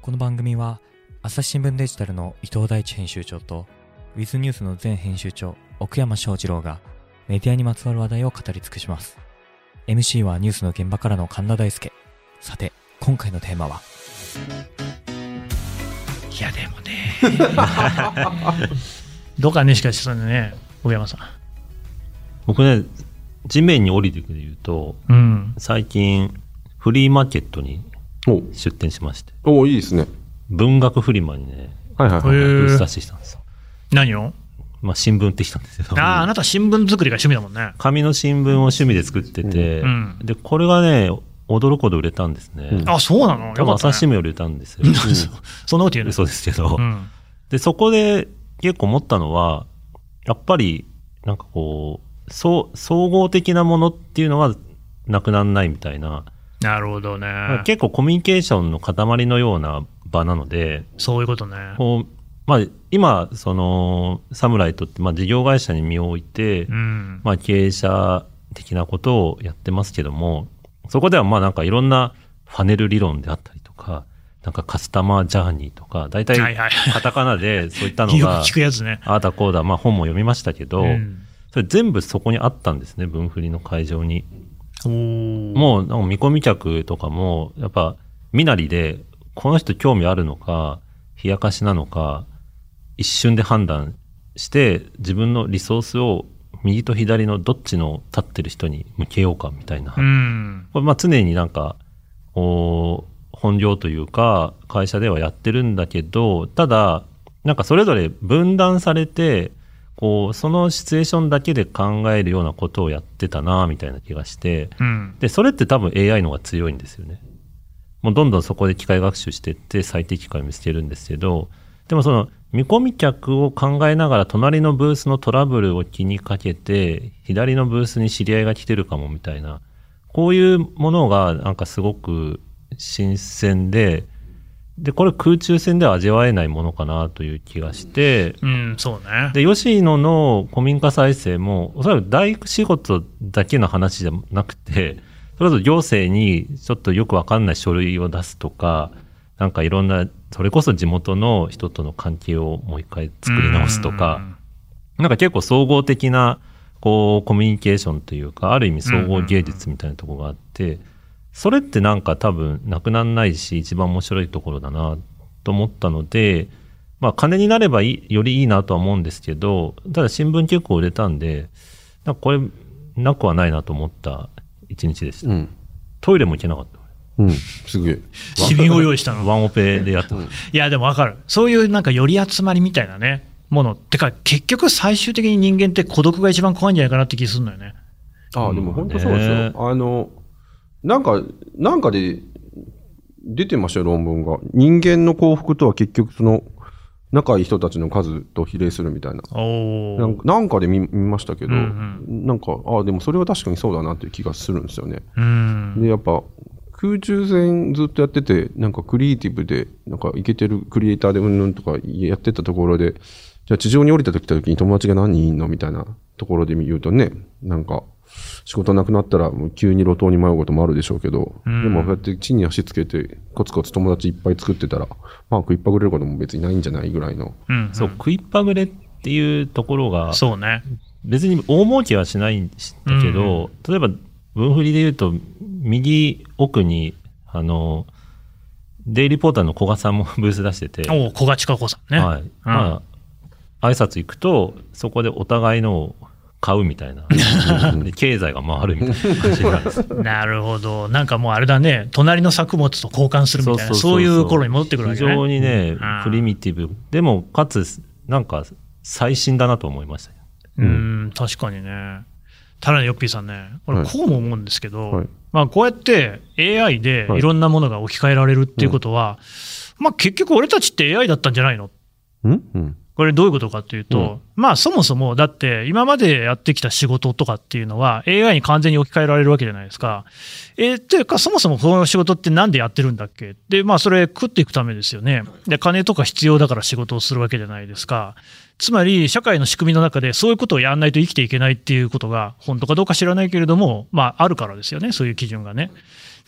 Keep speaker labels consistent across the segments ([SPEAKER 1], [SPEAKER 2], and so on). [SPEAKER 1] この番組は朝日新聞デジタルの伊藤大地編集長とウィズニュースの前編集長奥山翔二郎がメディアにまつわる話題を語り尽くします MC はニュースの現場からの神田大輔さて今回のテーマはい
[SPEAKER 2] やでもね どうかねしかしそうだね小山さ
[SPEAKER 3] 僕ね地面に降りてくるで言うと
[SPEAKER 2] んうん
[SPEAKER 3] 最近フリーマーケットに
[SPEAKER 4] お
[SPEAKER 3] 出店しまして
[SPEAKER 4] おいいですね。
[SPEAKER 3] 文学フリマにね
[SPEAKER 4] はいはいはい。
[SPEAKER 2] へー
[SPEAKER 3] ブース出してきたんですよ、
[SPEAKER 2] 何を
[SPEAKER 3] まあ、新聞ってきたんですけど
[SPEAKER 2] あああなた新聞作りが趣味だもんね
[SPEAKER 3] 紙の新聞を趣味で作ってて、
[SPEAKER 2] うん
[SPEAKER 3] でこれがね驚くほど売れたんですね、
[SPEAKER 4] うん
[SPEAKER 2] あそうなのよ
[SPEAKER 3] 多
[SPEAKER 2] か
[SPEAKER 3] 分
[SPEAKER 2] った、
[SPEAKER 3] 朝
[SPEAKER 2] ね、
[SPEAKER 3] 日新聞より売れた んですよ、
[SPEAKER 2] そんなこと言うの
[SPEAKER 3] 嘘ですけど、
[SPEAKER 2] うん
[SPEAKER 3] でそこで結構思ったのはやっぱりなんかこうそう総合的なものっていうのがなくならないみたいな、
[SPEAKER 2] なるほどね
[SPEAKER 3] 結構コミュニケーションの塊のような場なので
[SPEAKER 2] そういうことね
[SPEAKER 3] こう、まあ、今そのサムライトって、まあ、事業会社に身を置いて、
[SPEAKER 2] うん
[SPEAKER 3] まあ、経営者的なことをやってますけども、そこではまあなんかいろんなファネル理論であったりとか、なんかカスタマージャーニーとか、大体
[SPEAKER 2] はいはい
[SPEAKER 3] カタカナでそういった の
[SPEAKER 2] よく
[SPEAKER 3] が、
[SPEAKER 2] 聞くやつね
[SPEAKER 3] ああだこうだ、まあ本も読みましたけど、
[SPEAKER 2] うん
[SPEAKER 3] それ全部そこにあったんですね、文振りの会場に。
[SPEAKER 2] おー
[SPEAKER 3] もうなんか見込み客とかも、やっぱ身なりで、この人興味あるのか、冷やかしなのか、一瞬で判断して、自分のリソースを右と左のどっちの立ってる人に向けようかみたいな。
[SPEAKER 2] うん
[SPEAKER 3] これまあ常になんか、こう本業というか、会社ではやってるんだけど、ただ、なんかそれぞれ分断されて、こう、そのシチュエーションだけで考えるようなことをやってたな、みたいな気がして、
[SPEAKER 2] うん
[SPEAKER 3] で、それって多分 AI の方が強いんですよね。もうどんどんそこで機械学習してって最適化を見つけるんですけど、でもその見込み客を考えながら隣のブースのトラブルを気にかけて、左のブースに知り合いが来てるかもみたいな、こういうものがなんかすごく新鮮で、で、これ空中戦では味わえないものかなという気がして、
[SPEAKER 2] うんそうね
[SPEAKER 3] で、吉野の古民家再生も、おそらく大工仕事だけの話じゃなくて、それこそ行政にちょっとよくわかんない書類を出すとか、なんかいろんな、それこそ地元の人との関係をもう一回作り直すとか、なんか結構総合的な、こう、コミュニケーションというか、ある意味総合芸術みたいなところがあって、それってなんか多分なくなんないし、一番面白いところだなと思ったので、まあ金になればいいよりいいなとは思うんですけど、ただ新聞結構売れたんで、なんかこれ、なくはないなと思った一日でした。
[SPEAKER 4] うん。
[SPEAKER 3] トイレも行けなかった。
[SPEAKER 4] うん。すげえ。
[SPEAKER 2] 市民を用意したの
[SPEAKER 3] ワンオペでやった。
[SPEAKER 2] いやでもわかるそういうなんか寄り集まりみたいなねものてか結局最終的に人間って孤独が一番怖いんじゃないかなって気するのよね
[SPEAKER 4] ああ、でも本当そうですよ。
[SPEAKER 3] ね
[SPEAKER 4] あの、なんか、なんかで出てましたよ、論文が。人間の幸福とは結局その、仲いい人たちの数と比例するみたいな。
[SPEAKER 2] お
[SPEAKER 4] なん
[SPEAKER 2] お
[SPEAKER 4] かなんかで見見ましたけど、
[SPEAKER 2] うん
[SPEAKER 4] なんか、ああ、でもそれは確かにそうだなという気がするんですよね。
[SPEAKER 2] うん
[SPEAKER 4] でやっぱ空中戦ずっとやっててなんかクリエイティブでなんかイケてるクリエイターでうんぬんとかやってたところでじゃあ地上に降りた時来た時に友達が何人いんのみたいなところで言うとねなんか仕事なくなったらもう急に路頭に迷うこともあるでしょうけど、
[SPEAKER 2] うん
[SPEAKER 4] でもこうやって地に足つけてコツコツ友達いっぱい作ってたらマークいっぱいくれることも別にないんじゃないぐらいの
[SPEAKER 2] うん
[SPEAKER 3] そう、食いっぱぐれっていうところが、
[SPEAKER 2] そうね
[SPEAKER 3] 別に大儲けはしないんだけど、例えば文振りで言うと右奥にあのデイリーポーターの古賀さんも ブース出してて、
[SPEAKER 2] おお古賀千佳子さんね、
[SPEAKER 3] はいまあ、挨拶行くとそこでお互いのを買うみた いなで経済が回るみたいな感じなんです
[SPEAKER 2] なるほどなんかもうあれだね隣の作物と交換するみたいなそういう頃に戻ってくるわ
[SPEAKER 3] 非
[SPEAKER 2] けね
[SPEAKER 3] 常にね
[SPEAKER 2] うん
[SPEAKER 3] プリミティブでもかつなんか最新だなと思いましたね
[SPEAKER 2] うん、確かにね。ただね、ヨッピーさんね、俺、
[SPEAKER 4] はい
[SPEAKER 2] こうも思うんですけど、
[SPEAKER 4] はい
[SPEAKER 2] まあ、こうやって AI で
[SPEAKER 4] はい
[SPEAKER 2] いろんなものが置き換えられるっていうことは、まあ、結局、俺たちって AI だったんじゃないの
[SPEAKER 4] うんうん
[SPEAKER 2] これ、どういうことかっていうと、まあ、そもそも、だって、今までやってきた仕事とかっていうのは、AI に完全に置き換えられるわけじゃないですか。えー、っていうか、そもそもこの仕事ってなんでやってるんだっけで、まあ、それ食っていくためですよね。で、金とか必要だから仕事をするわけじゃないですか。つまり、社会の仕組みの中でそういうことをやらないと生きていけないっていうことが、本当かどうか知らないけれども、まあ、あるからですよね。そういう基準がね。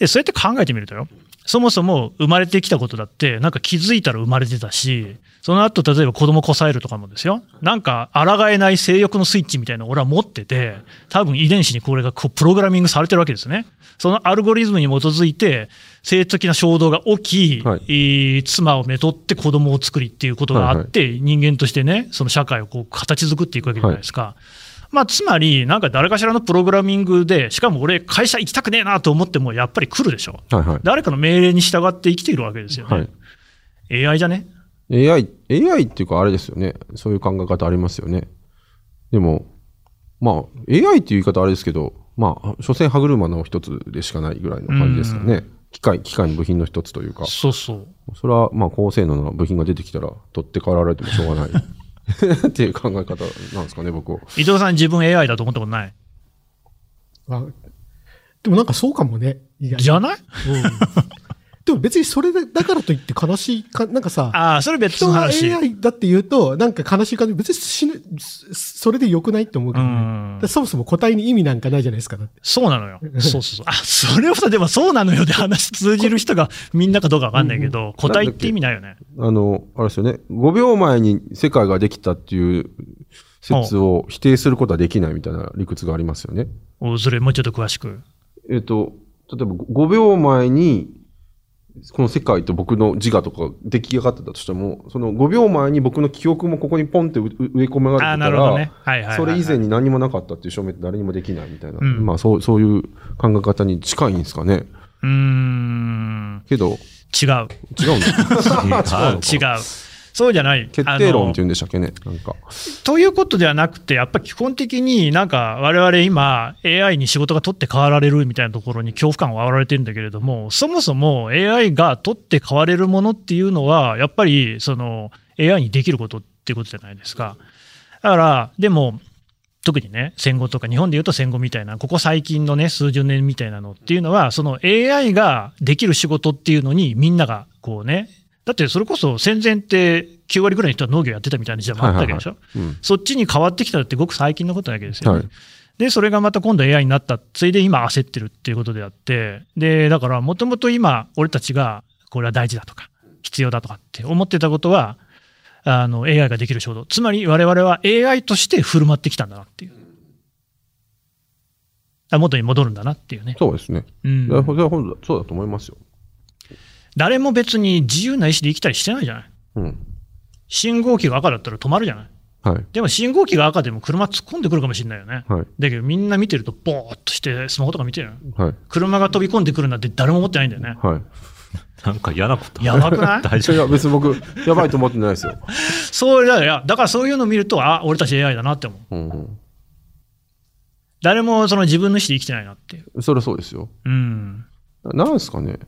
[SPEAKER 2] で、そうやって考えてみるとよ。そもそも生まれてきたことだって、なんか気づいたら生まれてたし、その後、例えば子供こさえるとかもですよ。なんか、抗えない性欲のスイッチみたいなのを俺は持ってて、多分遺伝子にこれがこうプログラミングされてるわけですね。そのアルゴリズムに基づいて、性的な衝動が起き、
[SPEAKER 4] はい
[SPEAKER 2] えー妻をめとって子供を作りっていうことがあって、人間としてね、その社会をこう形作っていくわけじゃないですか。まあ、つまり、なんか誰かしらのプログラミングで、しかも俺、会社行きたくねえなと思っても、やっぱり来るでしょ。
[SPEAKER 4] はいはい。
[SPEAKER 2] 誰かの命令に従って生きているわけですよね。
[SPEAKER 4] はい
[SPEAKER 2] AI じゃね
[SPEAKER 4] AI、AI っていうかあれですよね。そういう考え方ありますよね。でも、まあ、AI っていう言い方あれですけど、まあ、所詮歯車の一つでしかないぐらいの感じですかね。機械、機械の部品の一つというか。
[SPEAKER 2] そうそう。
[SPEAKER 4] それは、まあ、高性能な部品が出てきたら、取って代わられてもしょうがない。 っていう考え方なんですかね、僕は。
[SPEAKER 2] 伊藤さん、自分 AI だと思ったことない
[SPEAKER 5] あでもなんかそうかもね。意外に
[SPEAKER 2] じゃない
[SPEAKER 5] うんでも別にそれでだからといって悲しいか、なんかさ、
[SPEAKER 2] ああ、それ別
[SPEAKER 5] 人
[SPEAKER 2] の
[SPEAKER 5] が
[SPEAKER 2] 話。
[SPEAKER 5] AI だって言うと、なんか悲しい感じ、別に死ぬ、そそれで良くないって思うけ
[SPEAKER 2] う
[SPEAKER 5] どね。だ
[SPEAKER 2] ん
[SPEAKER 5] から。そもそも個体に意味なんかないじゃないですか。だって
[SPEAKER 2] そうなのよ。そうそうそう。あ、それをさ、でもそうなのよで話通じる人がみんなかどうかわかんないけど、個体って意味ないよね。
[SPEAKER 4] あの、あれですよね。5秒前に世界ができたっていう説を否定することはできないみたいな理屈がありますよね。
[SPEAKER 2] おそれもうちょっと詳しく。
[SPEAKER 4] えっ、と、例えば5秒前に、この世界と僕の自我とか出来上がってたとしても、その5秒前に僕の記憶もここにポンって植え込められて
[SPEAKER 2] ああ、な
[SPEAKER 4] た
[SPEAKER 2] るほ
[SPEAKER 4] ら、
[SPEAKER 2] どね。はいはいはいはい。
[SPEAKER 4] それ以前に何もなかったっていう証明って誰にもできないみたいな、
[SPEAKER 2] うん
[SPEAKER 4] まあそうそういう考え方に近いんですかね。
[SPEAKER 2] うーん。
[SPEAKER 4] け
[SPEAKER 2] 違
[SPEAKER 4] ど、
[SPEAKER 2] う。
[SPEAKER 4] 違 うんだ 違うのか
[SPEAKER 2] 違う。そうじゃない。
[SPEAKER 4] 決定論っ
[SPEAKER 2] あの
[SPEAKER 4] ていうんでしたっけね、なんか。
[SPEAKER 2] ということではなくて、やっぱ基本的になんか我々今 AI に仕事が取って代わられるみたいなところに恐怖感を煽られてるんだけれども、そもそも AI が取って代われるものっていうのは、やっぱりその AI にできることっていうことじゃないですか。だから、でも、特にね、戦後とか、日本でいうと戦後みたいな、ここ最近のね、数十年みたいなのっていうのは、その AI ができる仕事っていうのに、みんながこうね、だってそれこそ戦前って9割ぐらいの人は農業やってたみたいな時代もあったわけでしょ。
[SPEAKER 4] うん
[SPEAKER 2] そっちに変わってきたのってごく最近のことなわけですよね、
[SPEAKER 4] はい
[SPEAKER 2] で、それがまた今度 AI になった、ついで今焦ってるっていうことであって、で、だからもともと今、俺たちがこれは大事だとか、必要だとかって思ってたことは、あの、AI ができる衝動。つまり我々は AI として振る舞ってきたんだなっていう。あ元に戻るんだなっていうね。
[SPEAKER 4] そうですね。
[SPEAKER 2] うん
[SPEAKER 4] いやそれは本当そうだと思いますよ。
[SPEAKER 2] 誰も別に自由な意思で生きたりしてないじゃない。
[SPEAKER 4] うん。
[SPEAKER 2] 信号機が赤だったら止まるじゃない。
[SPEAKER 4] はい。
[SPEAKER 2] でも信号機が赤でも車突っ込んでくるかもしれないよね。
[SPEAKER 4] はい。
[SPEAKER 2] だけどみんな見てると、ぼーっとして、スマホとか見てるよ
[SPEAKER 4] はい。
[SPEAKER 2] 車が飛び込んでくるなんて誰も思ってないんだよね。
[SPEAKER 4] はい。
[SPEAKER 3] なんか嫌なこと。
[SPEAKER 2] やばくない
[SPEAKER 3] 大
[SPEAKER 4] い
[SPEAKER 3] 丈
[SPEAKER 4] や、
[SPEAKER 3] 夫。
[SPEAKER 4] 別に僕、やばいと思ってないですよ。
[SPEAKER 2] そうだよいや。だからそういうのを見ると、あ、俺たち AI だなって思う。
[SPEAKER 4] うん、
[SPEAKER 2] 誰もその自分の意思で生きてないなっていう。
[SPEAKER 4] うん。そりゃそうですよ。
[SPEAKER 2] うん。
[SPEAKER 4] ななんですかね。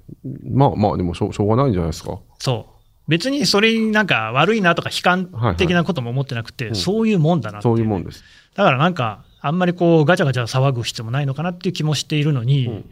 [SPEAKER 4] まあまあ、でもしょうしょうがないんじゃないですか。
[SPEAKER 2] そう。別にそれになんか悪いなとか悲観的なことも思ってなくて、
[SPEAKER 4] いはいうん
[SPEAKER 2] そういうもんだなってい
[SPEAKER 4] そう
[SPEAKER 2] う
[SPEAKER 4] いうもんです。
[SPEAKER 2] だからなんか、あんまりこうガチャガチャ騒ぐ必要もないのかなっていう気もしているのに、
[SPEAKER 4] うん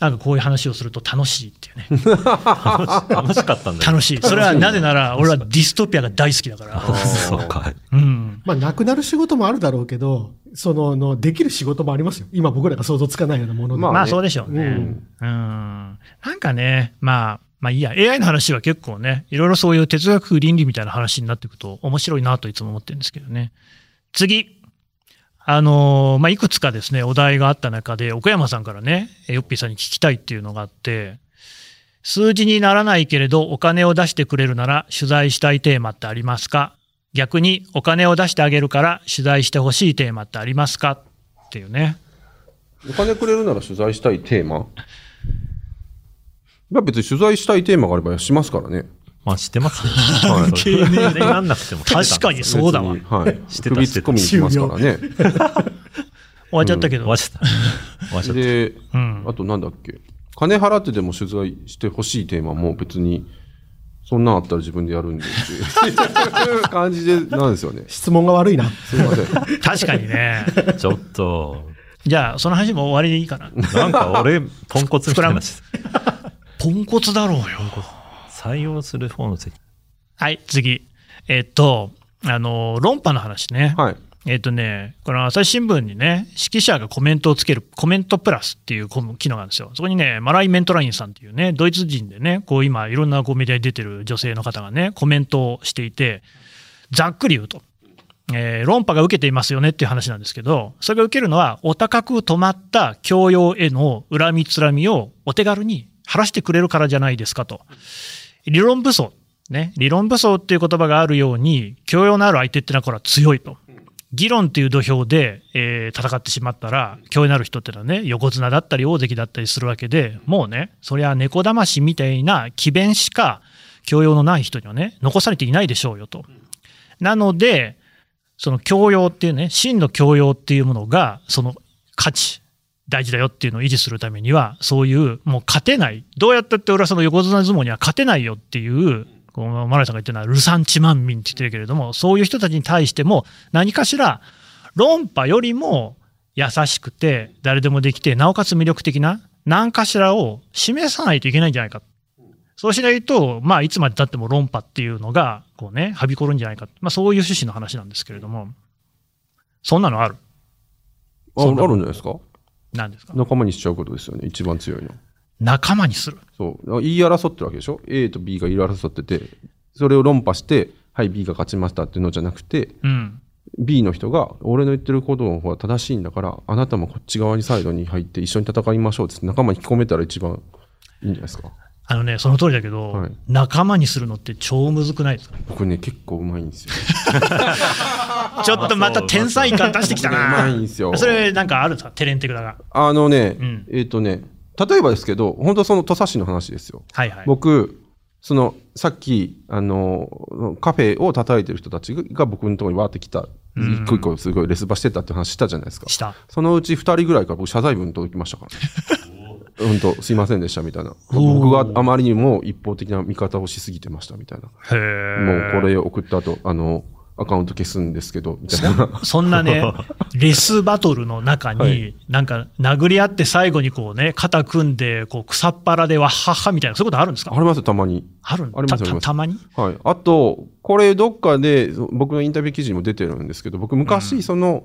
[SPEAKER 2] なんかこういう話をすると楽しいっていうね。
[SPEAKER 3] 楽しかったんだよ。
[SPEAKER 2] 楽しい。それはなぜなら俺はディストピアが大好きだ から。
[SPEAKER 3] そうか。
[SPEAKER 2] うん。
[SPEAKER 5] まあ、なくなる仕事もあるだろうけど、その、のできる仕事もありますよ。今僕らが想像つかないようなもので。
[SPEAKER 4] まあね
[SPEAKER 2] まあそうでしょうね。う
[SPEAKER 5] うんん。
[SPEAKER 2] なんかね、まあ、まあいいや、AI の話は結構ね、いろいろそういう哲学倫理みたいな話になっていくと面白いなといつも思ってるんですけどね。次。あのーまあいくつかですね、お題があった中で、奥山さんからね、えヨッピーさんに聞きたいっていうのがあって、数字にならないけれどお金を出してくれるなら取材したいテーマってありますか逆にお金を出してあげるから取材してほしいテーマってありますかっていうね。
[SPEAKER 4] お金くれるなら取材したいテーマ。まあ別に取材したいテーマがあればしますからね。
[SPEAKER 3] まあ知ってますよ。
[SPEAKER 4] はい
[SPEAKER 3] それ気になんなくても。
[SPEAKER 2] 確かにそうだわ
[SPEAKER 4] 別。にはい。
[SPEAKER 3] 知ってた
[SPEAKER 4] 首突っ込みに行きますからね。
[SPEAKER 2] 終わっちゃったけど。
[SPEAKER 3] 終わっちゃった。終わっちゃっ
[SPEAKER 4] で、
[SPEAKER 2] うん
[SPEAKER 4] あとなんだっけ。金払ってでも取材してほしいテーマも別に、そんなんあったら自分でやるんでっていう 感じでなんですよね。
[SPEAKER 5] 質問が悪いな。
[SPEAKER 4] すいませ ん。
[SPEAKER 2] 確かにね。
[SPEAKER 3] た。ちょっと、
[SPEAKER 2] じゃあ、その話も終わりでいいかな。
[SPEAKER 3] なんか俺、ポンコツみたいな。
[SPEAKER 2] ポンコツだろうよ。
[SPEAKER 3] 採用する方の責
[SPEAKER 2] はい、次。えっと、あの、論破の話ね。
[SPEAKER 4] はい。
[SPEAKER 2] えっ、とね、この朝日新聞にね、指揮者がコメントをつける、コメントプラスっていうこの機能があるんですよ。そこにね、マライ・メントラインさんっていうね、ドイツ人でね、こう今、いろんなこうメディアに出てる女性の方がね、コメントをしていて、ざっくり言うと、えー論破が受けていますよねっていう話なんですけど、それが受けるのは、お高く止まった教養への恨みつらみをお手軽に晴らしてくれるからじゃないですかと。理論武装。ね、理論武装っていう言葉があるように、教養のある相手ってのはこれは強いと。議論っていう土俵で、えー戦ってしまったら、教養のある人ってのはね、横綱だったり大関だったりするわけで、もうね、そりゃ猫騙しみたいな詭弁しか教養のない人にはね、残されていないでしょうよと。なので、その教養っていうね、真の教養っていうものが、その価値、大事だよっていうのを維持するためには、そういう、もう勝てない、どうやったって俺はその横綱相撲には勝てないよっていう、このマラさんが言ってるのは、ルサンチ万民って言ってるけれども、そういう人たちに対しても、何かしら、論破よりも優しくて、誰でもできて、なおかつ魅力的な、何かしらを示さないといけないんじゃないか。そうしないと、まあ、いつまでたっても論破っていうのが、こうね、はびこるんじゃないか。まあ、そういう趣旨の話なんですけれども、そんなのある
[SPEAKER 4] ああるんじゃないですか
[SPEAKER 2] なんですか
[SPEAKER 4] 仲間にしちゃうことですよね、一番強いの。
[SPEAKER 2] 仲間にする。
[SPEAKER 4] そう。だから言い争ってるわけでしょ ?A と B が言い争ってて、それを論破して、はい、B が勝ちましたっていうのじゃなくて、
[SPEAKER 2] うん。
[SPEAKER 4] B の人が、俺の言ってることの方が正しいんだから、あなたもこっち側にサイドに入って一緒に戦いましょうっつって仲間に引き込めたら一番いいんじゃないですか。
[SPEAKER 2] あのね、その通りだけど、
[SPEAKER 4] はい
[SPEAKER 2] 仲間にするのって超むずくないですか
[SPEAKER 4] 僕ね、結構うまいんですよ。
[SPEAKER 2] ちょっとまた天才感出してきた
[SPEAKER 4] うまい
[SPEAKER 2] な。
[SPEAKER 4] んですよ。
[SPEAKER 2] それなんかあるんですかテレンテクだが。
[SPEAKER 4] あのね、
[SPEAKER 2] うん
[SPEAKER 4] えっ、とね、例えばですけど、本当その土佐市の話ですよ。
[SPEAKER 2] はいはい。
[SPEAKER 4] 僕、その、さっき、あの、カフェを叩いてる人たちが僕のところにわーって来た、
[SPEAKER 2] うん
[SPEAKER 4] 一個一個すごいレスバしてたって話したじゃないですか。
[SPEAKER 2] した。
[SPEAKER 4] そのうち2人ぐらいから僕、謝罪文届きまし たからね。うんと、すいませんでしたみたいな。
[SPEAKER 2] おー
[SPEAKER 4] 僕があまりにも一方的な見方をしすぎてましたみたい
[SPEAKER 2] へ
[SPEAKER 4] な。
[SPEAKER 2] え。
[SPEAKER 4] もうこれ送った後、あの、アカウント消すんですけど、みたいな。
[SPEAKER 2] そんなね、レスバトルの中に、
[SPEAKER 4] はい
[SPEAKER 2] なんか殴り合って最後にこうね、肩組んで、こう草っ腹でわっはっはみたいな、そういうことあるんですか
[SPEAKER 4] ありますよ、たまに。
[SPEAKER 2] あるん
[SPEAKER 4] あります
[SPEAKER 2] たた
[SPEAKER 4] あります
[SPEAKER 2] たまに
[SPEAKER 4] はい、あと、これ、どっかでそ僕のインタビュー記事にも出てるんですけど、僕、昔、その、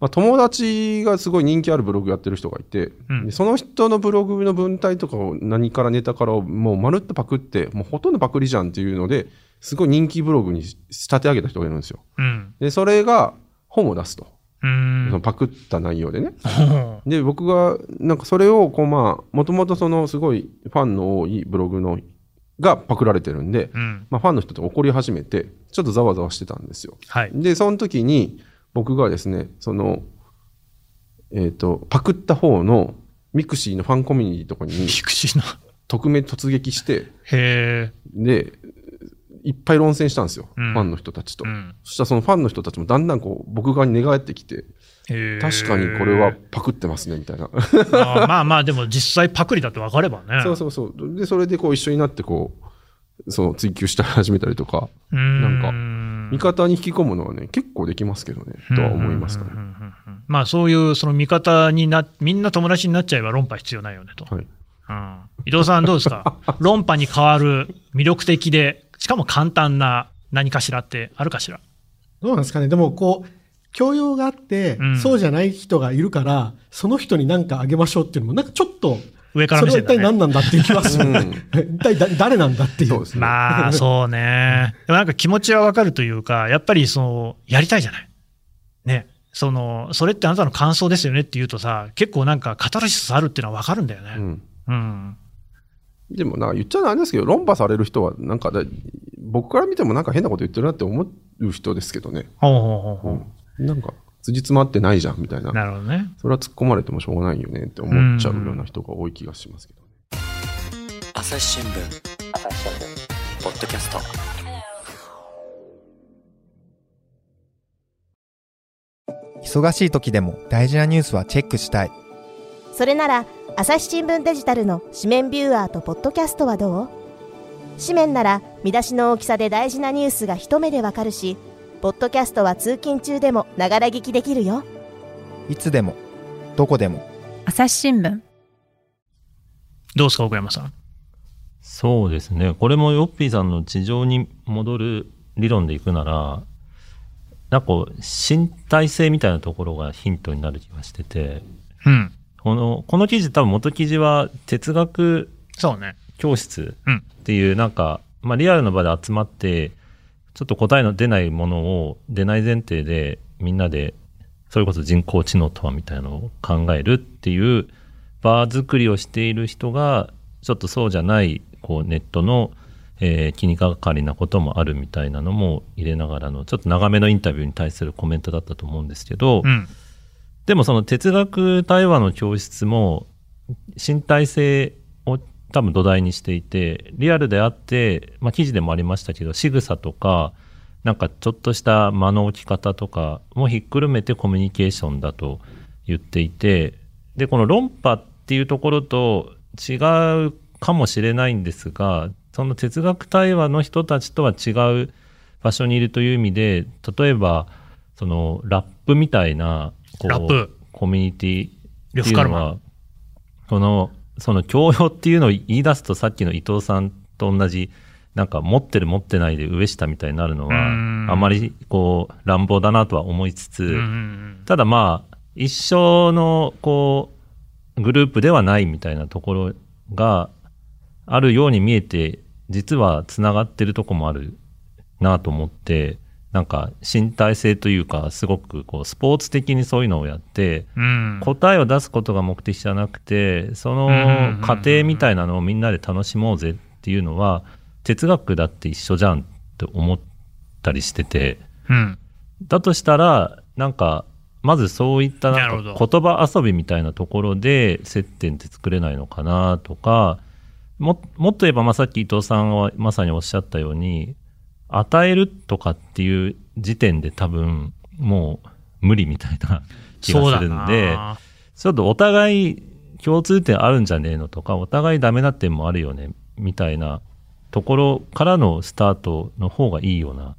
[SPEAKER 4] まあ、友達がすごい人気あるブログやってる人がいて、
[SPEAKER 2] うん
[SPEAKER 4] でその人のブログの文体とかを何からネタからをもうまるっとパクって、もうほとんどパクリじゃんっていうので、すごい人気ブログに仕立て上げた人がいるんですよ。
[SPEAKER 2] うん。
[SPEAKER 4] で、それが本を出すと、
[SPEAKER 2] う
[SPEAKER 4] その
[SPEAKER 2] ん。
[SPEAKER 4] パクった内容でね。で僕がなんかそれをこうまあもともとそのすごいファンの多いブログのがパクられてるんで、
[SPEAKER 2] うん。
[SPEAKER 4] まあ、ファンの人って怒り始めて、ちょっとざわざわしてたんですよ。
[SPEAKER 2] はい。
[SPEAKER 4] で、その時に、僕がですね、その、えっ、と、パクった方の、ミクシーのファンコミュニティとかに、
[SPEAKER 2] ピクシーな。
[SPEAKER 4] 匿名突撃して、
[SPEAKER 2] へえ。
[SPEAKER 4] で、いっぱい論戦したんですよ。
[SPEAKER 2] うん
[SPEAKER 4] ファンの人たちと。
[SPEAKER 2] うん。
[SPEAKER 4] そしたらそのファンの人たちもだんだんこう、僕側に寝返ってきて、
[SPEAKER 2] へー
[SPEAKER 4] 確かにこれはパクってますね、みたいな。
[SPEAKER 2] あーまあまあ、でも実際パクリだって分かればね。
[SPEAKER 4] そうそうそう。で、それでこう一緒になってこう、その追求して始めたりとか、
[SPEAKER 2] うーん。
[SPEAKER 4] なんか
[SPEAKER 2] ん
[SPEAKER 4] 味方に引き込むのはね、結構できますけどね、とは思いますかね
[SPEAKER 2] うん。うんうんうんうんまあそういうその味方にな、みんな友達になっちゃえば論破必要ないよねと。
[SPEAKER 4] はい。
[SPEAKER 2] うん、伊藤さんどうです か論破に変わる魅力的で、しかも簡単な何かしらってあるかしら
[SPEAKER 5] どうなんですかねでもこう、教養があって、
[SPEAKER 2] うん
[SPEAKER 5] そうじゃない人がいるから、その人に何かあげましょうっていうのも、なんかちょっと、
[SPEAKER 2] 上から
[SPEAKER 5] そ
[SPEAKER 2] 目
[SPEAKER 5] れは
[SPEAKER 2] 線
[SPEAKER 5] 一
[SPEAKER 2] だ
[SPEAKER 5] 体何
[SPEAKER 2] ね。
[SPEAKER 5] なんだっていう気はする。一体だ誰なんだってい
[SPEAKER 4] そう
[SPEAKER 5] う
[SPEAKER 4] で。すね。
[SPEAKER 2] まあそうね。でもなんか気持ちはわかるというか、やっぱりその、やりたいじゃない。ね。その、それってあなたの感想ですよねって言うとさ、結構なんかカタルシスあるっていうのはわかるんだよね。
[SPEAKER 4] うん、
[SPEAKER 2] うん。
[SPEAKER 4] でもなんか言っちゃなんですけど、論破される人は、なんかだ、僕から見てもなんか変なこと言ってるなって思う人ですけどね。
[SPEAKER 2] ほうほうほうほう。
[SPEAKER 4] なんか、辻詰まってないじゃんみたいな。
[SPEAKER 2] なるほどね。
[SPEAKER 4] それは突っ込まれてもしょうがないよねって思っちゃうような人が多い気がしますけどね。
[SPEAKER 1] 朝日新聞ポッドキャスト
[SPEAKER 6] 忙しい時でも大事なニュースはチェックしたい
[SPEAKER 7] それなら朝日新聞デジタルの紙面ビューアーとポッドキャストはどう紙面なら見出しの大きさで大事なニュースが一目でわかるしポッドキャストは通勤中でもながら聞きできるよ
[SPEAKER 6] いつでもどこでも
[SPEAKER 8] 朝日新聞
[SPEAKER 2] どうですか、奥山さん。
[SPEAKER 3] そうですね。これもヨッピーさんの地上に戻る理論でいくなら、なんかこう身体性みたいなところがヒントになる気がしてて、
[SPEAKER 2] うん。
[SPEAKER 3] この、この記事多分元記事は哲学
[SPEAKER 2] そうね。
[SPEAKER 3] 教室
[SPEAKER 2] うん
[SPEAKER 3] っていうなんか、まあ、リアルの場で集まってちょっと答えの出ないものを出ない前提でみんなでそれこそ人工知能とはみたいなのを考えるっていう場作りをしている人がちょっとそうじゃないこうネットの、えー気にかかりなこともあるみたいなのも入れながらのちょっと長めのインタビューに対するコメントだったと思うんですけど、
[SPEAKER 2] うん。
[SPEAKER 3] でもその哲学対話の教室も身体性を多分土台にしていてリアルであって、まあ、記事でもありましたけど仕草とかなんかちょっとした間の置き方とかもひっくるめてコミュニケーションだと言っていてでこの論破っていうところと違うかもしれないんですがその哲学対話の人たちとは違う場所にいるという意味で例えばそのラップみたいなこう
[SPEAKER 2] ラップ
[SPEAKER 3] コミュニティ
[SPEAKER 2] 呂
[SPEAKER 3] っ
[SPEAKER 2] 布
[SPEAKER 3] てい
[SPEAKER 2] カ
[SPEAKER 3] う
[SPEAKER 2] ル
[SPEAKER 3] の
[SPEAKER 2] マ。
[SPEAKER 3] はこのその教養っていうのを言い出すとさっきの伊藤さんと同じなんか持ってる持ってないで上下みたいになるのは
[SPEAKER 2] うん
[SPEAKER 3] あまりこう乱暴だなとは思いつつ、
[SPEAKER 2] うんうんうん。
[SPEAKER 3] ただまあ一生のこうグループではないみたいなところがあるように見えて実はつながってるとこもあるなと思ってなんか身体性というかすごくこうスポーツ的にそういうのをやって
[SPEAKER 2] うん。
[SPEAKER 3] 答えを出すことが目的じゃなくてその
[SPEAKER 2] うんうんうんうん
[SPEAKER 3] 過程みたいなのをみんなで楽しもうぜっていうのは哲学だって一緒じゃんって思ったりしてて
[SPEAKER 2] うん。
[SPEAKER 3] だとしたらなんかまずそういったな
[SPEAKER 2] なる
[SPEAKER 3] ん
[SPEAKER 2] ほ
[SPEAKER 3] か
[SPEAKER 2] ど
[SPEAKER 3] 言葉遊びみたいなところで接点って作れないのかなとかももっと言えば、まあ、さっき伊藤さんはまさにおっしゃったように与えるとかっていう時点で多分もう無理みたいな気
[SPEAKER 2] そう
[SPEAKER 3] が
[SPEAKER 2] だ
[SPEAKER 3] するんで。
[SPEAKER 2] な。
[SPEAKER 3] ちょっとお互い共通点あるんじゃねえのとか、お互いダメな点もあるよね、みたいなところからのスタートの方がいいような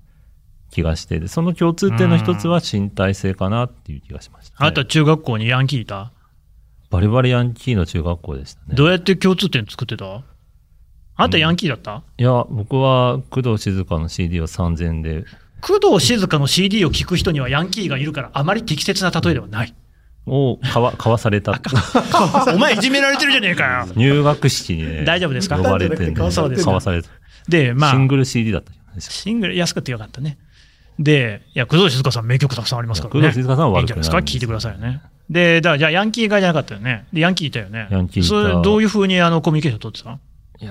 [SPEAKER 3] 気がして、でその共通点の一つは身体性かなっていう気がしました、ね。
[SPEAKER 2] あとは中学校にヤンキーいた、
[SPEAKER 3] バリバリヤンキーの中学校でしたね。
[SPEAKER 2] どうやって共通点作ってたあんたヤンキーだった、
[SPEAKER 3] いや、僕は工藤静香の CD を3000円で、
[SPEAKER 2] 工藤静香の CD を聴く人にはヤンキーがいるからあまり適切な例えではない。
[SPEAKER 3] を 買わ買わされた。
[SPEAKER 2] お前いじめられてるじゃねえかよ。
[SPEAKER 3] 入学式にね、
[SPEAKER 2] 大丈夫ですか
[SPEAKER 3] 呼ばれてね、
[SPEAKER 5] 買わされてる
[SPEAKER 3] 買わされた。
[SPEAKER 2] で、まあ
[SPEAKER 3] シ、ングル CD だったじゃないですか。
[SPEAKER 2] シングル安くてよかったね。で、いや、工藤静香さん名曲たくさんありますからね。
[SPEAKER 3] いや工藤静香さんは悪くない
[SPEAKER 2] いんじゃないですか聞いてくださいよね。で、だからじゃあヤンキーがじゃなかったよね。で、ヤンキーいたよね。
[SPEAKER 3] ヤンキーいた
[SPEAKER 2] それ、どういうふうにあのコミュニケーション取ってた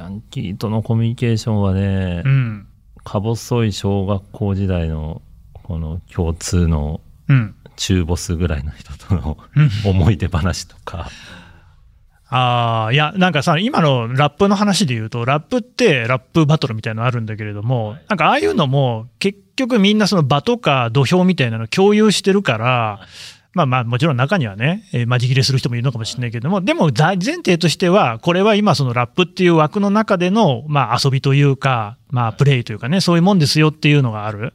[SPEAKER 3] ヤンキーとのコミュニケーションはね、
[SPEAKER 2] うん。
[SPEAKER 3] か細い小学校時代のこの共通の
[SPEAKER 2] うん。
[SPEAKER 3] 中ボスぐらいの人との
[SPEAKER 2] うん
[SPEAKER 3] 思い出話とか、
[SPEAKER 2] ああ、いや、なんかさ、今のラップの話で言うと、ラップってラップバトルみたいなのあるんだけれども、なんかああいうのも、結局みんなその場とか土俵みたいなの共有してるから、まあまあもちろん中にはね、えー、まじ切れする人もいるのかもしれないけれども、でも大前提としては、これは今そのラップっていう枠の中での、まあ遊びというか、まあプレイというかね、そういうもんですよっていうのがある。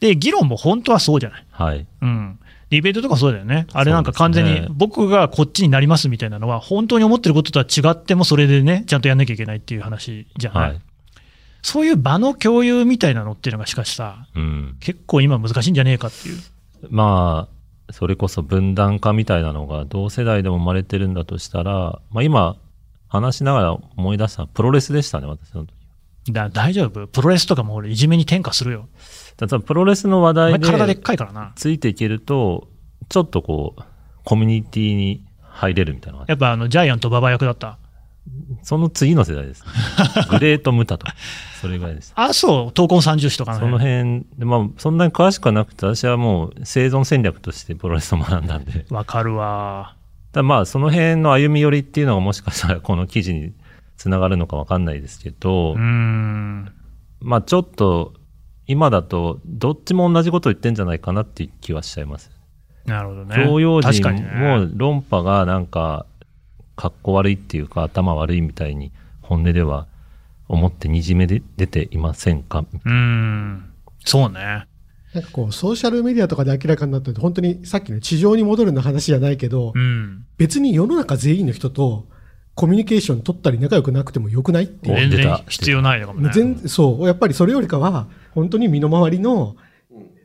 [SPEAKER 2] で、議論も本当はそうじゃない。
[SPEAKER 3] はい。
[SPEAKER 2] うん。ディベートとかそうだよね。あれなんか
[SPEAKER 3] そう
[SPEAKER 2] 完
[SPEAKER 3] です
[SPEAKER 2] 全
[SPEAKER 3] ね
[SPEAKER 2] に僕がこっちになりますみたいなのは、本当に思ってることとは違ってもそれでね、ちゃんとやんなきゃいけないっていう話じゃない。
[SPEAKER 3] はい。
[SPEAKER 2] そういう場の共有みたいなのっていうのがしかしさ、
[SPEAKER 3] うん。
[SPEAKER 2] 結構今難しいんじゃねえかっていう。
[SPEAKER 3] まあ、それこそ分断化みたいなのが同世代でも生まれてるんだとしたら、まあ今、話しながら思い出したのはプロレスでしたね、私の時。
[SPEAKER 2] だ大丈夫プロレスとかも俺いじめに転嫁するよ。
[SPEAKER 3] だからプロレスの話
[SPEAKER 2] お前
[SPEAKER 3] 題
[SPEAKER 2] 体でっ
[SPEAKER 3] で
[SPEAKER 2] かいからな。
[SPEAKER 3] ついていけると、ちょっとこう、コミュニティに入れるみたいなのが。
[SPEAKER 2] やっぱあの、ジャイアント馬場役だった。
[SPEAKER 3] その次の世 代です。グレートムタとか。それぐらいです。
[SPEAKER 2] あ、そう、闘魂三重士とか
[SPEAKER 3] その
[SPEAKER 2] 辺。
[SPEAKER 3] 辺で、まあ、そんなに詳しくはなくて、私はもう生存戦略としてプロレスを学んだんで、
[SPEAKER 2] わかるわ。
[SPEAKER 3] ただまあ、その辺の歩み寄りっていうのがもしかしたらこの記事につながるのかわかんないですけど、
[SPEAKER 2] うーん。
[SPEAKER 3] まあ、ちょっと、今だと、どっちも同じこと言ってんじゃないかなっていう気はしちゃいます。
[SPEAKER 2] なるほどね。
[SPEAKER 3] 教養
[SPEAKER 2] 確
[SPEAKER 3] 人
[SPEAKER 2] かに
[SPEAKER 3] も
[SPEAKER 2] ね
[SPEAKER 3] う論破がなんか、かっこ悪いっていうか、頭悪いみたいに、本音では思ってにじめで出ていませんか
[SPEAKER 2] うーん。そうね。
[SPEAKER 5] なんかこう、ソーシャルメディアとかで明らかになったのって、本当にさっきの地上に戻るの話じゃないけど、
[SPEAKER 2] うん。
[SPEAKER 5] 別に世の中全員の人とコミュニケーション取ったり仲良くなくてもよくないっていう。
[SPEAKER 2] 全
[SPEAKER 3] 出
[SPEAKER 2] 然
[SPEAKER 3] た
[SPEAKER 2] 必要ないのかもね。
[SPEAKER 5] 全そう、やっぱりそれよりかは、本当に身の回りの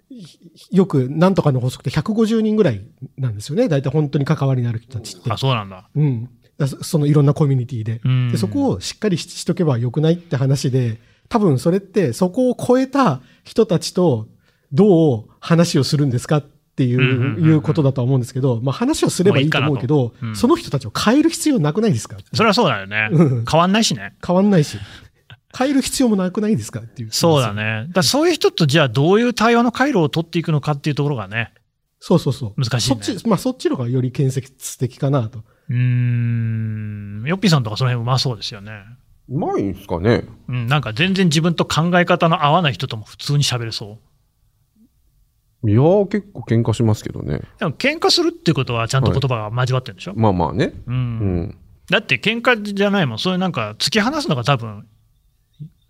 [SPEAKER 5] ひよくなんとかの法則って150人ぐらいなんですよね。大体本当に関わりのある人たちって
[SPEAKER 2] あ、。そうなんだ。
[SPEAKER 5] うん。だそそのいろんなコミュニティで。
[SPEAKER 2] うん
[SPEAKER 5] でそこをしっかりししとけばよくないって話で、多分それってそこを超えた人たちとどう話をするんですかっていう,、
[SPEAKER 2] うんうんうんうん
[SPEAKER 5] いうことだとは思うんですけど、まあ話をすればいいと思うけ
[SPEAKER 2] もうい
[SPEAKER 5] ど
[SPEAKER 2] い、かなとうん
[SPEAKER 5] その人たちを変える必要なくないですか
[SPEAKER 2] それはそうだよね。
[SPEAKER 5] うん
[SPEAKER 2] 変わんないしね。
[SPEAKER 5] 変わんないし。変える必要もなくないですかっていう。
[SPEAKER 2] そうだ。ね。だからそういう人とじゃあどういう対話の回路を取っていくのかっていうところがね、
[SPEAKER 5] そうそうそう。
[SPEAKER 2] 難しいね
[SPEAKER 5] そっち、まあそっちの方がより建設的かなと。
[SPEAKER 2] うーん、ヨッピーさんとかその辺うまそうですよね。
[SPEAKER 4] うまいんすかね
[SPEAKER 2] うん、なんか全然自分と考え方の合わない人とも普通に喋れそ
[SPEAKER 4] いやー結構喧嘩しますけどね
[SPEAKER 2] う。でも喧嘩するってことはちゃんと言葉が交わってるんでしょ、
[SPEAKER 4] まあまあね
[SPEAKER 2] う。
[SPEAKER 4] うんん
[SPEAKER 2] だって喧嘩じゃないもん。そういうなんか突き放すのが多分、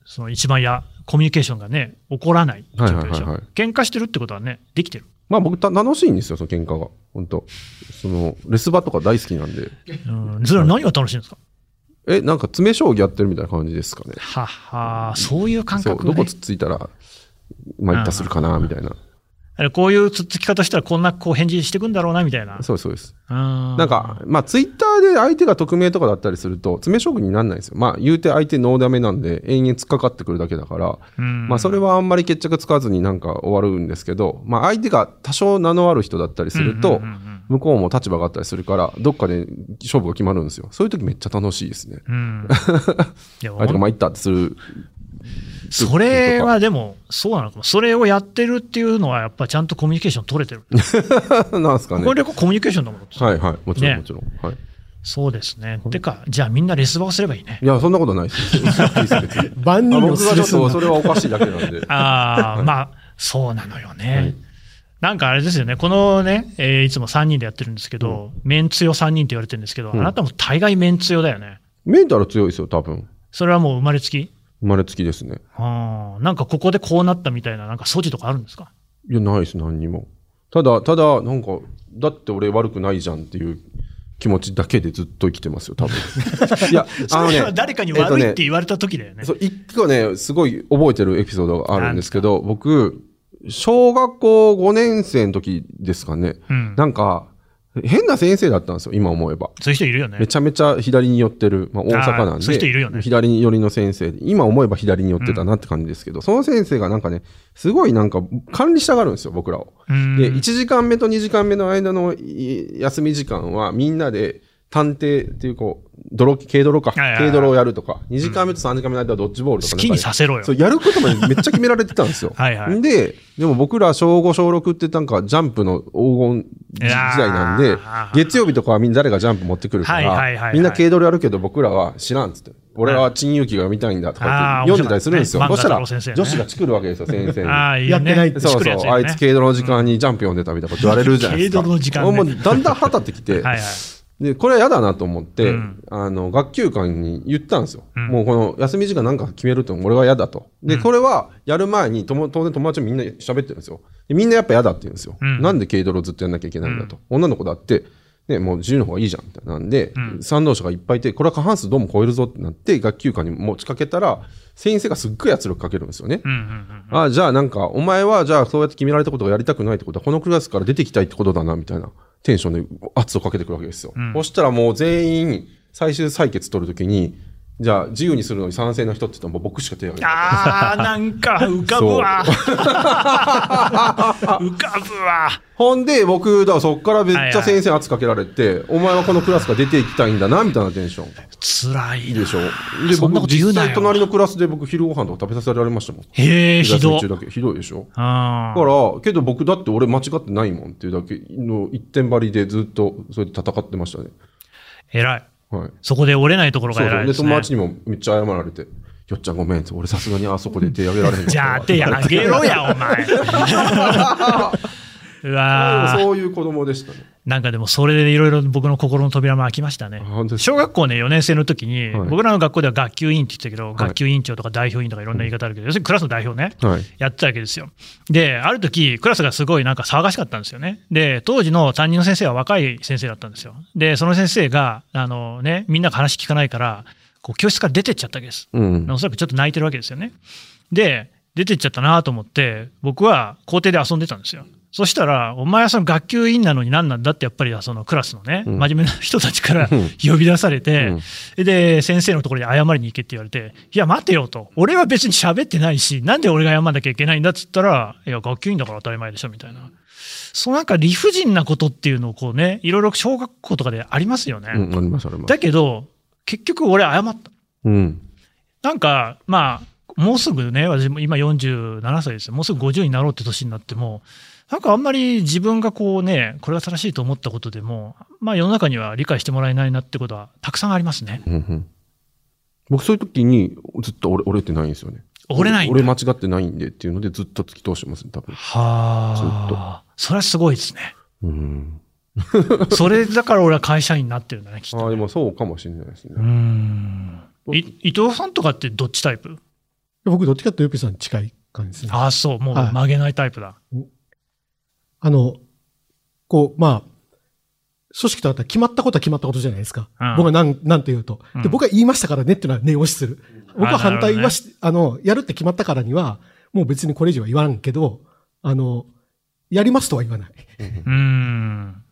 [SPEAKER 2] その一番や、コミュニケーションがね、起こらない状況でしょ、
[SPEAKER 4] はいはいはいはい
[SPEAKER 2] 喧嘩してるってことはね、できてる。
[SPEAKER 4] まあ僕た楽しいんですよその喧嘩が本当そのレスバとか大好きなんで
[SPEAKER 2] うん。それは何が楽しいんですか
[SPEAKER 4] えなんか詰将棋やってるみたいな感じですかね
[SPEAKER 2] はっはそういう感
[SPEAKER 4] そう
[SPEAKER 2] 覚、
[SPEAKER 4] ど
[SPEAKER 2] ね、
[SPEAKER 4] こつっついたらまあ一ったするかなみたいな
[SPEAKER 2] あれこういうつっつき方したらこんなこう返事してくんだろうなみたいな。
[SPEAKER 4] そうですそうです
[SPEAKER 2] な
[SPEAKER 4] なんか、まあ、ツイッターで相手が匿名とかだったりすると、詰め将棋にならないんですよ。まあ、言うて相手ノーダメなんで、延々突っかかってくるだけだから、
[SPEAKER 2] うん
[SPEAKER 4] まあ、それはあんまり決着つかずになんか終わるんですけど、まあ、相手が多少名のある人だったりする
[SPEAKER 2] う
[SPEAKER 4] と
[SPEAKER 2] んうんうんうん、
[SPEAKER 4] 向こうも立場があったりするから、どっかで勝負が決まるんですよ。そういう時めっちゃ楽しいですね。
[SPEAKER 2] うん。いや、
[SPEAKER 4] 相手が参ったってする。
[SPEAKER 2] それはでも、そうなのかも。それをやってるっていうのは、やっぱちゃんとコミュニケーション取れてる。
[SPEAKER 4] なんですかね。
[SPEAKER 2] これでコミュニケーションだもん。
[SPEAKER 4] はいはい。もちろん、
[SPEAKER 2] ね
[SPEAKER 4] もちろん。はい。
[SPEAKER 2] そうですね。てか、じゃあみんなレスバをすればいいね。
[SPEAKER 4] いや、そんなことな いです。いいです別に
[SPEAKER 5] 万
[SPEAKER 4] あ
[SPEAKER 5] 人を
[SPEAKER 4] 僕が
[SPEAKER 5] す
[SPEAKER 4] ちょ
[SPEAKER 5] る
[SPEAKER 4] っと、それはおかしいだけな んで。
[SPEAKER 2] ああ、まあ、そうなのよね。
[SPEAKER 4] はい
[SPEAKER 2] なんかあれですよね、このね、えーいつも3人でやってるんですけど、メンツヨ3人って言われてるんですけど、
[SPEAKER 4] ん
[SPEAKER 2] あなたも大概メンツヨだよね。
[SPEAKER 4] メンタル強いですよ、多分。
[SPEAKER 2] それはもう生まれつき
[SPEAKER 4] 生まれつきですね。
[SPEAKER 2] あーなんかここでこうなったみたいな、なんか素地とかあるんですか
[SPEAKER 4] いや、ないです、何にも。ただ、ただ、なんか、だって俺悪くないじゃんっていう気持ちだけでずっと生きてますよ、多 分。いや、あ
[SPEAKER 2] そ
[SPEAKER 4] の
[SPEAKER 2] れは
[SPEAKER 4] ね、
[SPEAKER 2] 誰かに悪
[SPEAKER 4] えっ
[SPEAKER 2] い
[SPEAKER 4] と
[SPEAKER 2] って言われた時だよね。
[SPEAKER 4] そう、一個ね、すごい覚えてるエピソードがあるんですけど、僕、小学校5年生の時ですかね、
[SPEAKER 2] うん
[SPEAKER 4] なんか、変な先生だったんですよ、今思えば。
[SPEAKER 2] そういう人いるよね
[SPEAKER 4] め。ちゃめちゃ左に寄ってる、まあ、大阪なん
[SPEAKER 2] あー
[SPEAKER 4] で、
[SPEAKER 2] そういう人いるよね
[SPEAKER 4] 左に寄りの先生で、今思えば左に寄ってたなって感じですけど、その先生がなんかね、すごいなんか管理したがるんですよ、僕らを。
[SPEAKER 2] うん
[SPEAKER 4] で、1時間目と2時間目の間のい休み時間はみんなで探偵っていうこう、泥、軽泥か、
[SPEAKER 2] いはいはい
[SPEAKER 4] 軽泥をやるとか、2時間目と3時間目の間はドッジボールとか
[SPEAKER 2] 好
[SPEAKER 4] なんかね
[SPEAKER 2] きにさせろよ。
[SPEAKER 4] そ。う、やることもめっちゃ決められてたんですよ
[SPEAKER 2] はいはい
[SPEAKER 4] で、でも僕ら小5、小6ってなんかジャンプの黄金時
[SPEAKER 2] いやー
[SPEAKER 4] 代なんで、月曜日とかはみんな誰がジャンプ持ってくるか
[SPEAKER 2] はいはいはいは
[SPEAKER 4] ら
[SPEAKER 2] い、
[SPEAKER 4] みんな軽泥やるけど僕らは知らんっつって。俺は陳勇気が見たいんだとか言って読んでたりするんですよ。
[SPEAKER 2] あー
[SPEAKER 4] そ
[SPEAKER 2] 面
[SPEAKER 4] した
[SPEAKER 2] 白いね漫
[SPEAKER 4] ら、
[SPEAKER 2] 画太郎先生ね
[SPEAKER 4] 女子がチクるわけですよ、先生に。
[SPEAKER 2] ああ、いいよね
[SPEAKER 5] やってないって
[SPEAKER 4] そう
[SPEAKER 2] 作る
[SPEAKER 4] そ
[SPEAKER 2] や
[SPEAKER 4] う、
[SPEAKER 2] つや
[SPEAKER 4] あ
[SPEAKER 2] ね
[SPEAKER 4] いつ軽度の時間にジャンプ読んでたみたいなこと言われるじゃないですか。
[SPEAKER 2] 軽度の時間ね
[SPEAKER 4] もうだんだんはたってきて、
[SPEAKER 2] はいはい。
[SPEAKER 4] で、これは嫌だなと思って、
[SPEAKER 2] うん
[SPEAKER 4] あの、学級会に言ったんですよ。
[SPEAKER 2] ん
[SPEAKER 4] もうこの休み時間なんか決めるって俺は嫌だと。で、これはやる前にとも当然友達もみんな喋ってるんですよ。でみんなやっぱ嫌だって言うんですよ。
[SPEAKER 2] ん
[SPEAKER 4] なんで軽度をずっとやんなきゃいけないんだと。女の子だって、ね、もう自由の方がいいじゃんみたいなんで、賛同者がいっぱいいて、これは過半数どうも超えるぞってなって、学級会に持ちかけたら、先生がすっごい圧力かけるんですよね。
[SPEAKER 2] うんうんうん。
[SPEAKER 4] あじゃあなんか、お前はじゃあそうやって決められたことがやりたくないってことは、このクラスから出てきたいってことだな、みたいなテンションで圧をかけてくるわけですよ。そしたらもう全員、最終採決取るときに、じゃあ自由にするのに賛成の人って言ったらもう僕しか手を挙げない。
[SPEAKER 2] ああ、なんか浮かぶわ。浮かぶわ。
[SPEAKER 4] ほんで、僕、だからそっからめっちゃ先生に圧かけられて、お前はこのクラスから出ていきたいんだな、みたいなテンション。
[SPEAKER 2] 辛い
[SPEAKER 4] いいで
[SPEAKER 2] な。
[SPEAKER 4] しょで、
[SPEAKER 2] そんなこ
[SPEAKER 4] 僕、
[SPEAKER 2] と言う
[SPEAKER 4] 実
[SPEAKER 2] なよ
[SPEAKER 4] 際隣のクラスで僕、昼ご飯とか食べさせられましたもん。
[SPEAKER 2] へえ、ひど。
[SPEAKER 4] 昼休み中だけ。ひどいでしょ
[SPEAKER 2] あ
[SPEAKER 4] だから、けど僕だって俺間違ってないもんっていうだけの一点張りでずっとそれで戦ってましたね。
[SPEAKER 2] えらい。
[SPEAKER 4] はい。
[SPEAKER 2] そこで折れないところが
[SPEAKER 4] そう
[SPEAKER 2] 偉
[SPEAKER 4] そ。
[SPEAKER 2] いうで
[SPEAKER 4] で、
[SPEAKER 2] すね
[SPEAKER 4] 友。達にもめっちゃ謝られて、よっちゃんごめんって、俺さすがにあそこで手挙げられへん かったわ
[SPEAKER 2] じゃあ手やあげろや、お 前。うわー
[SPEAKER 4] そういう子供でしたね。
[SPEAKER 2] なんかでもそれでいろいろ僕の心の扉も開きましたね
[SPEAKER 4] あ本当。ですか
[SPEAKER 2] 小学校ね、4年生の時に、
[SPEAKER 4] はい
[SPEAKER 2] 僕らの学校では学級委員って言ってたけど、学級委員長とか代表委員とかいろんな言い方あるけど、要するにクラスの代表ね。
[SPEAKER 4] はい。
[SPEAKER 2] やってたわけですよ。で、ある時、クラスがすごいなんか騒がしかったんですよね。で、当時の担任の先生は若い先生だったんですよ。で、その先生が、あのね、みんなが話聞かないから、こう教室から出てっちゃったわけです。
[SPEAKER 4] うん。
[SPEAKER 2] おそらくちょっと泣いてるわけですよね。で、出てっちゃったなと思って、僕は校庭で遊んでたんですよ。そしたら、お前はその学級委員なのに何なんだって、やっぱりそのクラスのね、
[SPEAKER 4] うん
[SPEAKER 2] 真面目な人たちから
[SPEAKER 4] うん
[SPEAKER 2] 呼び出されて、
[SPEAKER 4] うん
[SPEAKER 2] で、先生のところに謝りに行けって言われて、いや、待てよと、俺は別に喋ってないし、なんで俺が謝んなきゃいけないんだっつったら、いや、学級委員だから当たり前でしょみたいな、そうなんか理不尽なことっていうのをこうね、いろいろ小学校とかでありますよね。
[SPEAKER 4] うん、あります、あります。
[SPEAKER 2] だけど、結局俺、謝った。
[SPEAKER 4] うん。
[SPEAKER 2] なんか、まあ、もうすぐね、私も今47歳ですよ。もうすぐ50になろうって年になっても、なんかあんまり自分がこうね、これが正しいと思ったことでも、まあ世の中には理解してもらえないなってことはたくさんありますね。
[SPEAKER 4] うんうん僕、そういう時に、ずっと俺、折れてないんですよね。
[SPEAKER 2] 折れないんだ
[SPEAKER 4] 俺、間違ってないんでっていうので、ずっと突き通してます、多分。ずっ
[SPEAKER 2] はあ。それはすごいですね。
[SPEAKER 4] うん。
[SPEAKER 2] それだから俺は会社員になってるんだね、きっ
[SPEAKER 4] ああ、
[SPEAKER 2] と。
[SPEAKER 4] でもそうかもしれないです
[SPEAKER 2] うー
[SPEAKER 4] ね。
[SPEAKER 2] ん。い伊藤さんとかってどっちタイプ
[SPEAKER 5] 僕、どっちかっていうとヨピさんに近い感じですね。
[SPEAKER 2] ああ、そう、もう
[SPEAKER 5] はい
[SPEAKER 2] 曲げないタイプだ。
[SPEAKER 5] あの、こう、まあ、組織とあったら決まったことは決まったことじゃないですか。
[SPEAKER 2] うん
[SPEAKER 5] 僕はなん、なんて言うと。
[SPEAKER 2] う
[SPEAKER 5] で、
[SPEAKER 2] ん
[SPEAKER 5] 僕は言いましたからねっていうのは念押しする。僕は反対はし、あの、やるって決まったからには、もう別にこれ以上は言わんけど、あの、やりますとは言わない。
[SPEAKER 2] うーん。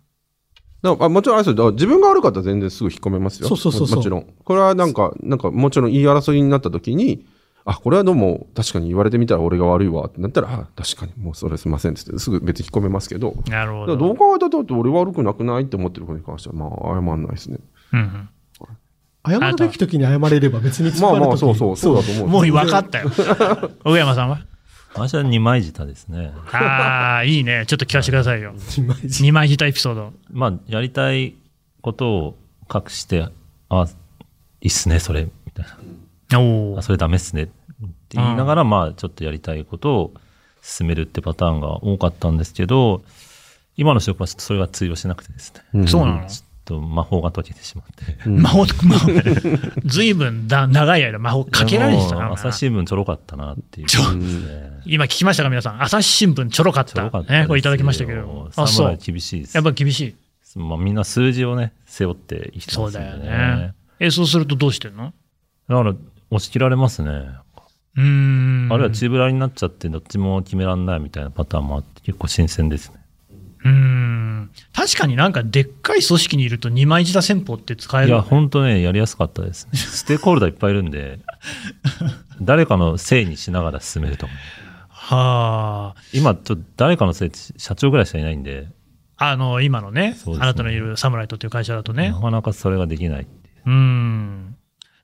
[SPEAKER 4] だからあもちろんあれですよだから自分が悪かったら全然すぐ引っ込めますよ。
[SPEAKER 5] そうそうそうそう
[SPEAKER 4] もちろん。これはなんか、なんかもちろん言い争いになった時に、あ、これはどうも確かに言われてみたら俺が悪いわってなったら、あ、確かにもうそれすいませんってってすぐ別に引っ込めますけど、
[SPEAKER 2] なるほ
[SPEAKER 4] だか
[SPEAKER 2] ど。
[SPEAKER 4] らどう考えたってだって俺悪くなくないって思ってることに関しては、まあ謝んないですね。
[SPEAKER 2] うん
[SPEAKER 5] 謝るべき時に謝れれば別に突っ
[SPEAKER 4] まあ
[SPEAKER 5] 張る時
[SPEAKER 4] まあ、そうそう、そうだと
[SPEAKER 2] う
[SPEAKER 4] 思
[SPEAKER 2] ん、
[SPEAKER 4] う。
[SPEAKER 2] もう分かったよ。上山さんは
[SPEAKER 3] 私は二枚舌ですね。
[SPEAKER 2] ああ、いいね。ちょっと聞かせてくださいよ。
[SPEAKER 5] う。いまいち
[SPEAKER 2] 二枚舌エピソード。
[SPEAKER 3] まあ、やりたいことを隠して、あ、いいっすね、それ、みたい
[SPEAKER 2] お
[SPEAKER 3] な。
[SPEAKER 2] お
[SPEAKER 3] あ、。それダメっすね。って言いながら、まあ、ちょっとやりたいことを進めるってパターンが多かったんですけど、今の職場はちょっとそれが通用しなくてですね。
[SPEAKER 4] ん
[SPEAKER 2] そうなの
[SPEAKER 3] ちょっと魔法が解けてしまって。
[SPEAKER 2] 魔法、魔法、ずいぶんだ長い間魔法かけられてた
[SPEAKER 3] で
[SPEAKER 2] な
[SPEAKER 3] も。朝日新聞ちょろかったなっていう。
[SPEAKER 2] ちょ
[SPEAKER 3] ね
[SPEAKER 2] 今聞きましたか、皆さん。朝日新聞ちょろかっ
[SPEAKER 3] ちょ
[SPEAKER 2] た。
[SPEAKER 3] ろかったです
[SPEAKER 2] ね、
[SPEAKER 3] よ
[SPEAKER 2] これいただきましたけれども。あ、そ
[SPEAKER 3] 侍
[SPEAKER 2] う。
[SPEAKER 3] 厳しいです。
[SPEAKER 2] やっぱ厳しい。
[SPEAKER 3] まあ、みんな数字をね、背負って生きて
[SPEAKER 2] そ
[SPEAKER 3] ま
[SPEAKER 2] う
[SPEAKER 3] す
[SPEAKER 2] だよ
[SPEAKER 3] んで
[SPEAKER 2] ね。。え、そうするとどうしてんの
[SPEAKER 3] だから、押し切られますね。
[SPEAKER 2] うーん。
[SPEAKER 3] あるいはチーブラになっちゃって、どっちも決めらんないみたいなパターンもあって、結構新鮮ですね。
[SPEAKER 2] うーん。確かになんかでっかい組織にいると二枚舌戦法って使え
[SPEAKER 3] い
[SPEAKER 2] る
[SPEAKER 3] や、。ほんとね、やりやすかったですね。ステークホルダーいっぱいいるん で、誰かのせいにしながら進めると思う。
[SPEAKER 2] はあ。
[SPEAKER 3] 今、ちょっと誰かのせいって社長ぐらいしかいないんで、
[SPEAKER 2] あの、今のね、
[SPEAKER 3] そうですね
[SPEAKER 2] あなたのいるサムライトっていう会社だとね
[SPEAKER 3] な。かなかそれができない。
[SPEAKER 2] うん。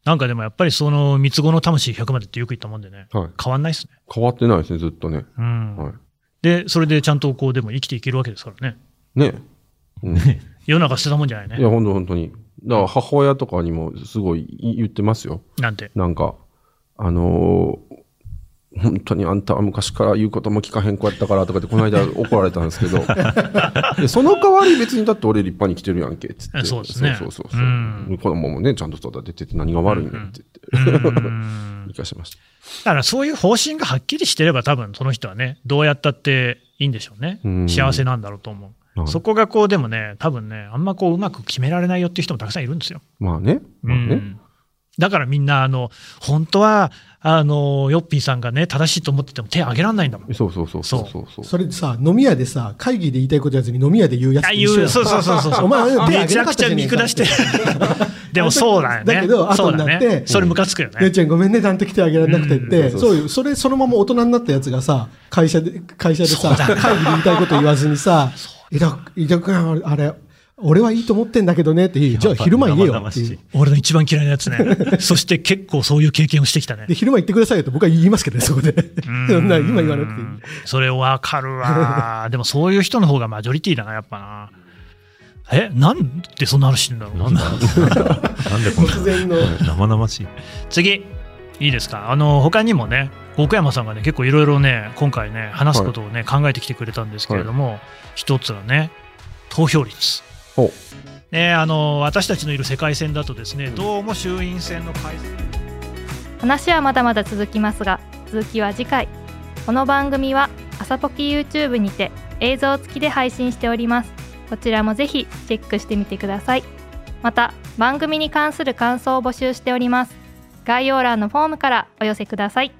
[SPEAKER 2] なんかでもやっぱりその三つ子の魂100までってよく言ったもんでね。
[SPEAKER 4] はい。
[SPEAKER 2] 変わんないっすね。
[SPEAKER 4] 変わってないですね、ずっとね。
[SPEAKER 2] うん。
[SPEAKER 4] は
[SPEAKER 2] で、それでちゃんとこうでも生きていけるわけですからね。
[SPEAKER 4] い。ね。うん
[SPEAKER 2] 世の中捨てたもんじゃない
[SPEAKER 4] い
[SPEAKER 2] ね。
[SPEAKER 4] や、本当本当に。だから母親とかにもすごい言ってますよ。
[SPEAKER 2] なんて。
[SPEAKER 4] なんか、あのー本当にあんたは昔から言うことも聞かへん子やったからとかってこの 間怒られたんですけど、でその代わり別にだって俺立派に来てるやんけっつって。
[SPEAKER 2] そうですね
[SPEAKER 4] そうそうそう。
[SPEAKER 2] うん
[SPEAKER 4] 子供もね、ちゃんと育ててて何が悪いねんって
[SPEAKER 2] う
[SPEAKER 4] 言って、
[SPEAKER 2] ん
[SPEAKER 4] 生かしました。
[SPEAKER 2] だからそういう方針がはっきりしてれば多分その人はね、どうやったっていいんでしょうね
[SPEAKER 4] う。ん
[SPEAKER 2] 幸せなんだろうと思
[SPEAKER 4] は
[SPEAKER 2] う。
[SPEAKER 4] い
[SPEAKER 2] そこがこうでもね、多分ね、あんまこううまく決められないよっていう人もたくさんいるんですよ。
[SPEAKER 4] まあね。
[SPEAKER 2] う
[SPEAKER 4] まあね。
[SPEAKER 2] んだからみんな、あの、本当は、あの、ヨッピーさんがね、正しいと思ってても手挙げられないんだもん。
[SPEAKER 4] そうそうそうそうそうそう。
[SPEAKER 5] それでさ、飲み屋でさ、会議で言いたいことやずに飲み屋で言うやつ
[SPEAKER 2] あ
[SPEAKER 5] と
[SPEAKER 2] い
[SPEAKER 5] 一緒や
[SPEAKER 2] う、
[SPEAKER 5] ん
[SPEAKER 2] そうそうそうそう。
[SPEAKER 5] お前あれ手挙げ
[SPEAKER 2] めちゃ
[SPEAKER 5] なか
[SPEAKER 2] く
[SPEAKER 5] っ
[SPEAKER 2] ちゃ
[SPEAKER 5] たじゃね
[SPEAKER 2] 見
[SPEAKER 5] えか
[SPEAKER 2] 下して。 でもそうだよね。
[SPEAKER 5] だけど
[SPEAKER 2] そ
[SPEAKER 5] 後
[SPEAKER 2] う
[SPEAKER 5] に
[SPEAKER 2] だ
[SPEAKER 5] な
[SPEAKER 2] ね
[SPEAKER 5] って
[SPEAKER 2] それムカつくよ
[SPEAKER 5] ね
[SPEAKER 2] ね。
[SPEAKER 5] ちゃんごめんね、あの時手挙げられなくてって、
[SPEAKER 4] うん
[SPEAKER 5] そういう、それそのまま大人になったやつがさ、会社で、会社でさ、会議で言いたいこと言わずにさ、伊田伊田君、あれ、俺はいいと思ってんだけどねって言う、じゃあ昼間言えよっていう。
[SPEAKER 2] 俺の一番嫌いなやつ ね。そして結構そういう経験をしてきたね
[SPEAKER 5] で、。昼間言ってくださいよと僕は言いますけどね、そこで。そんな今言わなくていい。
[SPEAKER 2] それわかるわ。でもそういう人の方がマジョリティだな、やっぱな。え、なんでそんな話してんだろう。
[SPEAKER 3] なんだ なんでこん
[SPEAKER 5] 突然の。
[SPEAKER 3] な生々しい。
[SPEAKER 2] 次いいですかあの他にもね奥山さんがね結構いろいろね今回ね話すことをね、考えてきてくれたんですけれども、一つはね投票率
[SPEAKER 4] ほ
[SPEAKER 2] ねあの私たちのいる世界線だとですねどうも衆院選の改選
[SPEAKER 8] 話はまだまだ続きますが続きは次回この番組は朝ポキ YouTube にて映像付きで配信しておりますこちらもぜひチェックしてみてくださいまた番組に関する感想を募集しております概要欄のフォームからお寄せください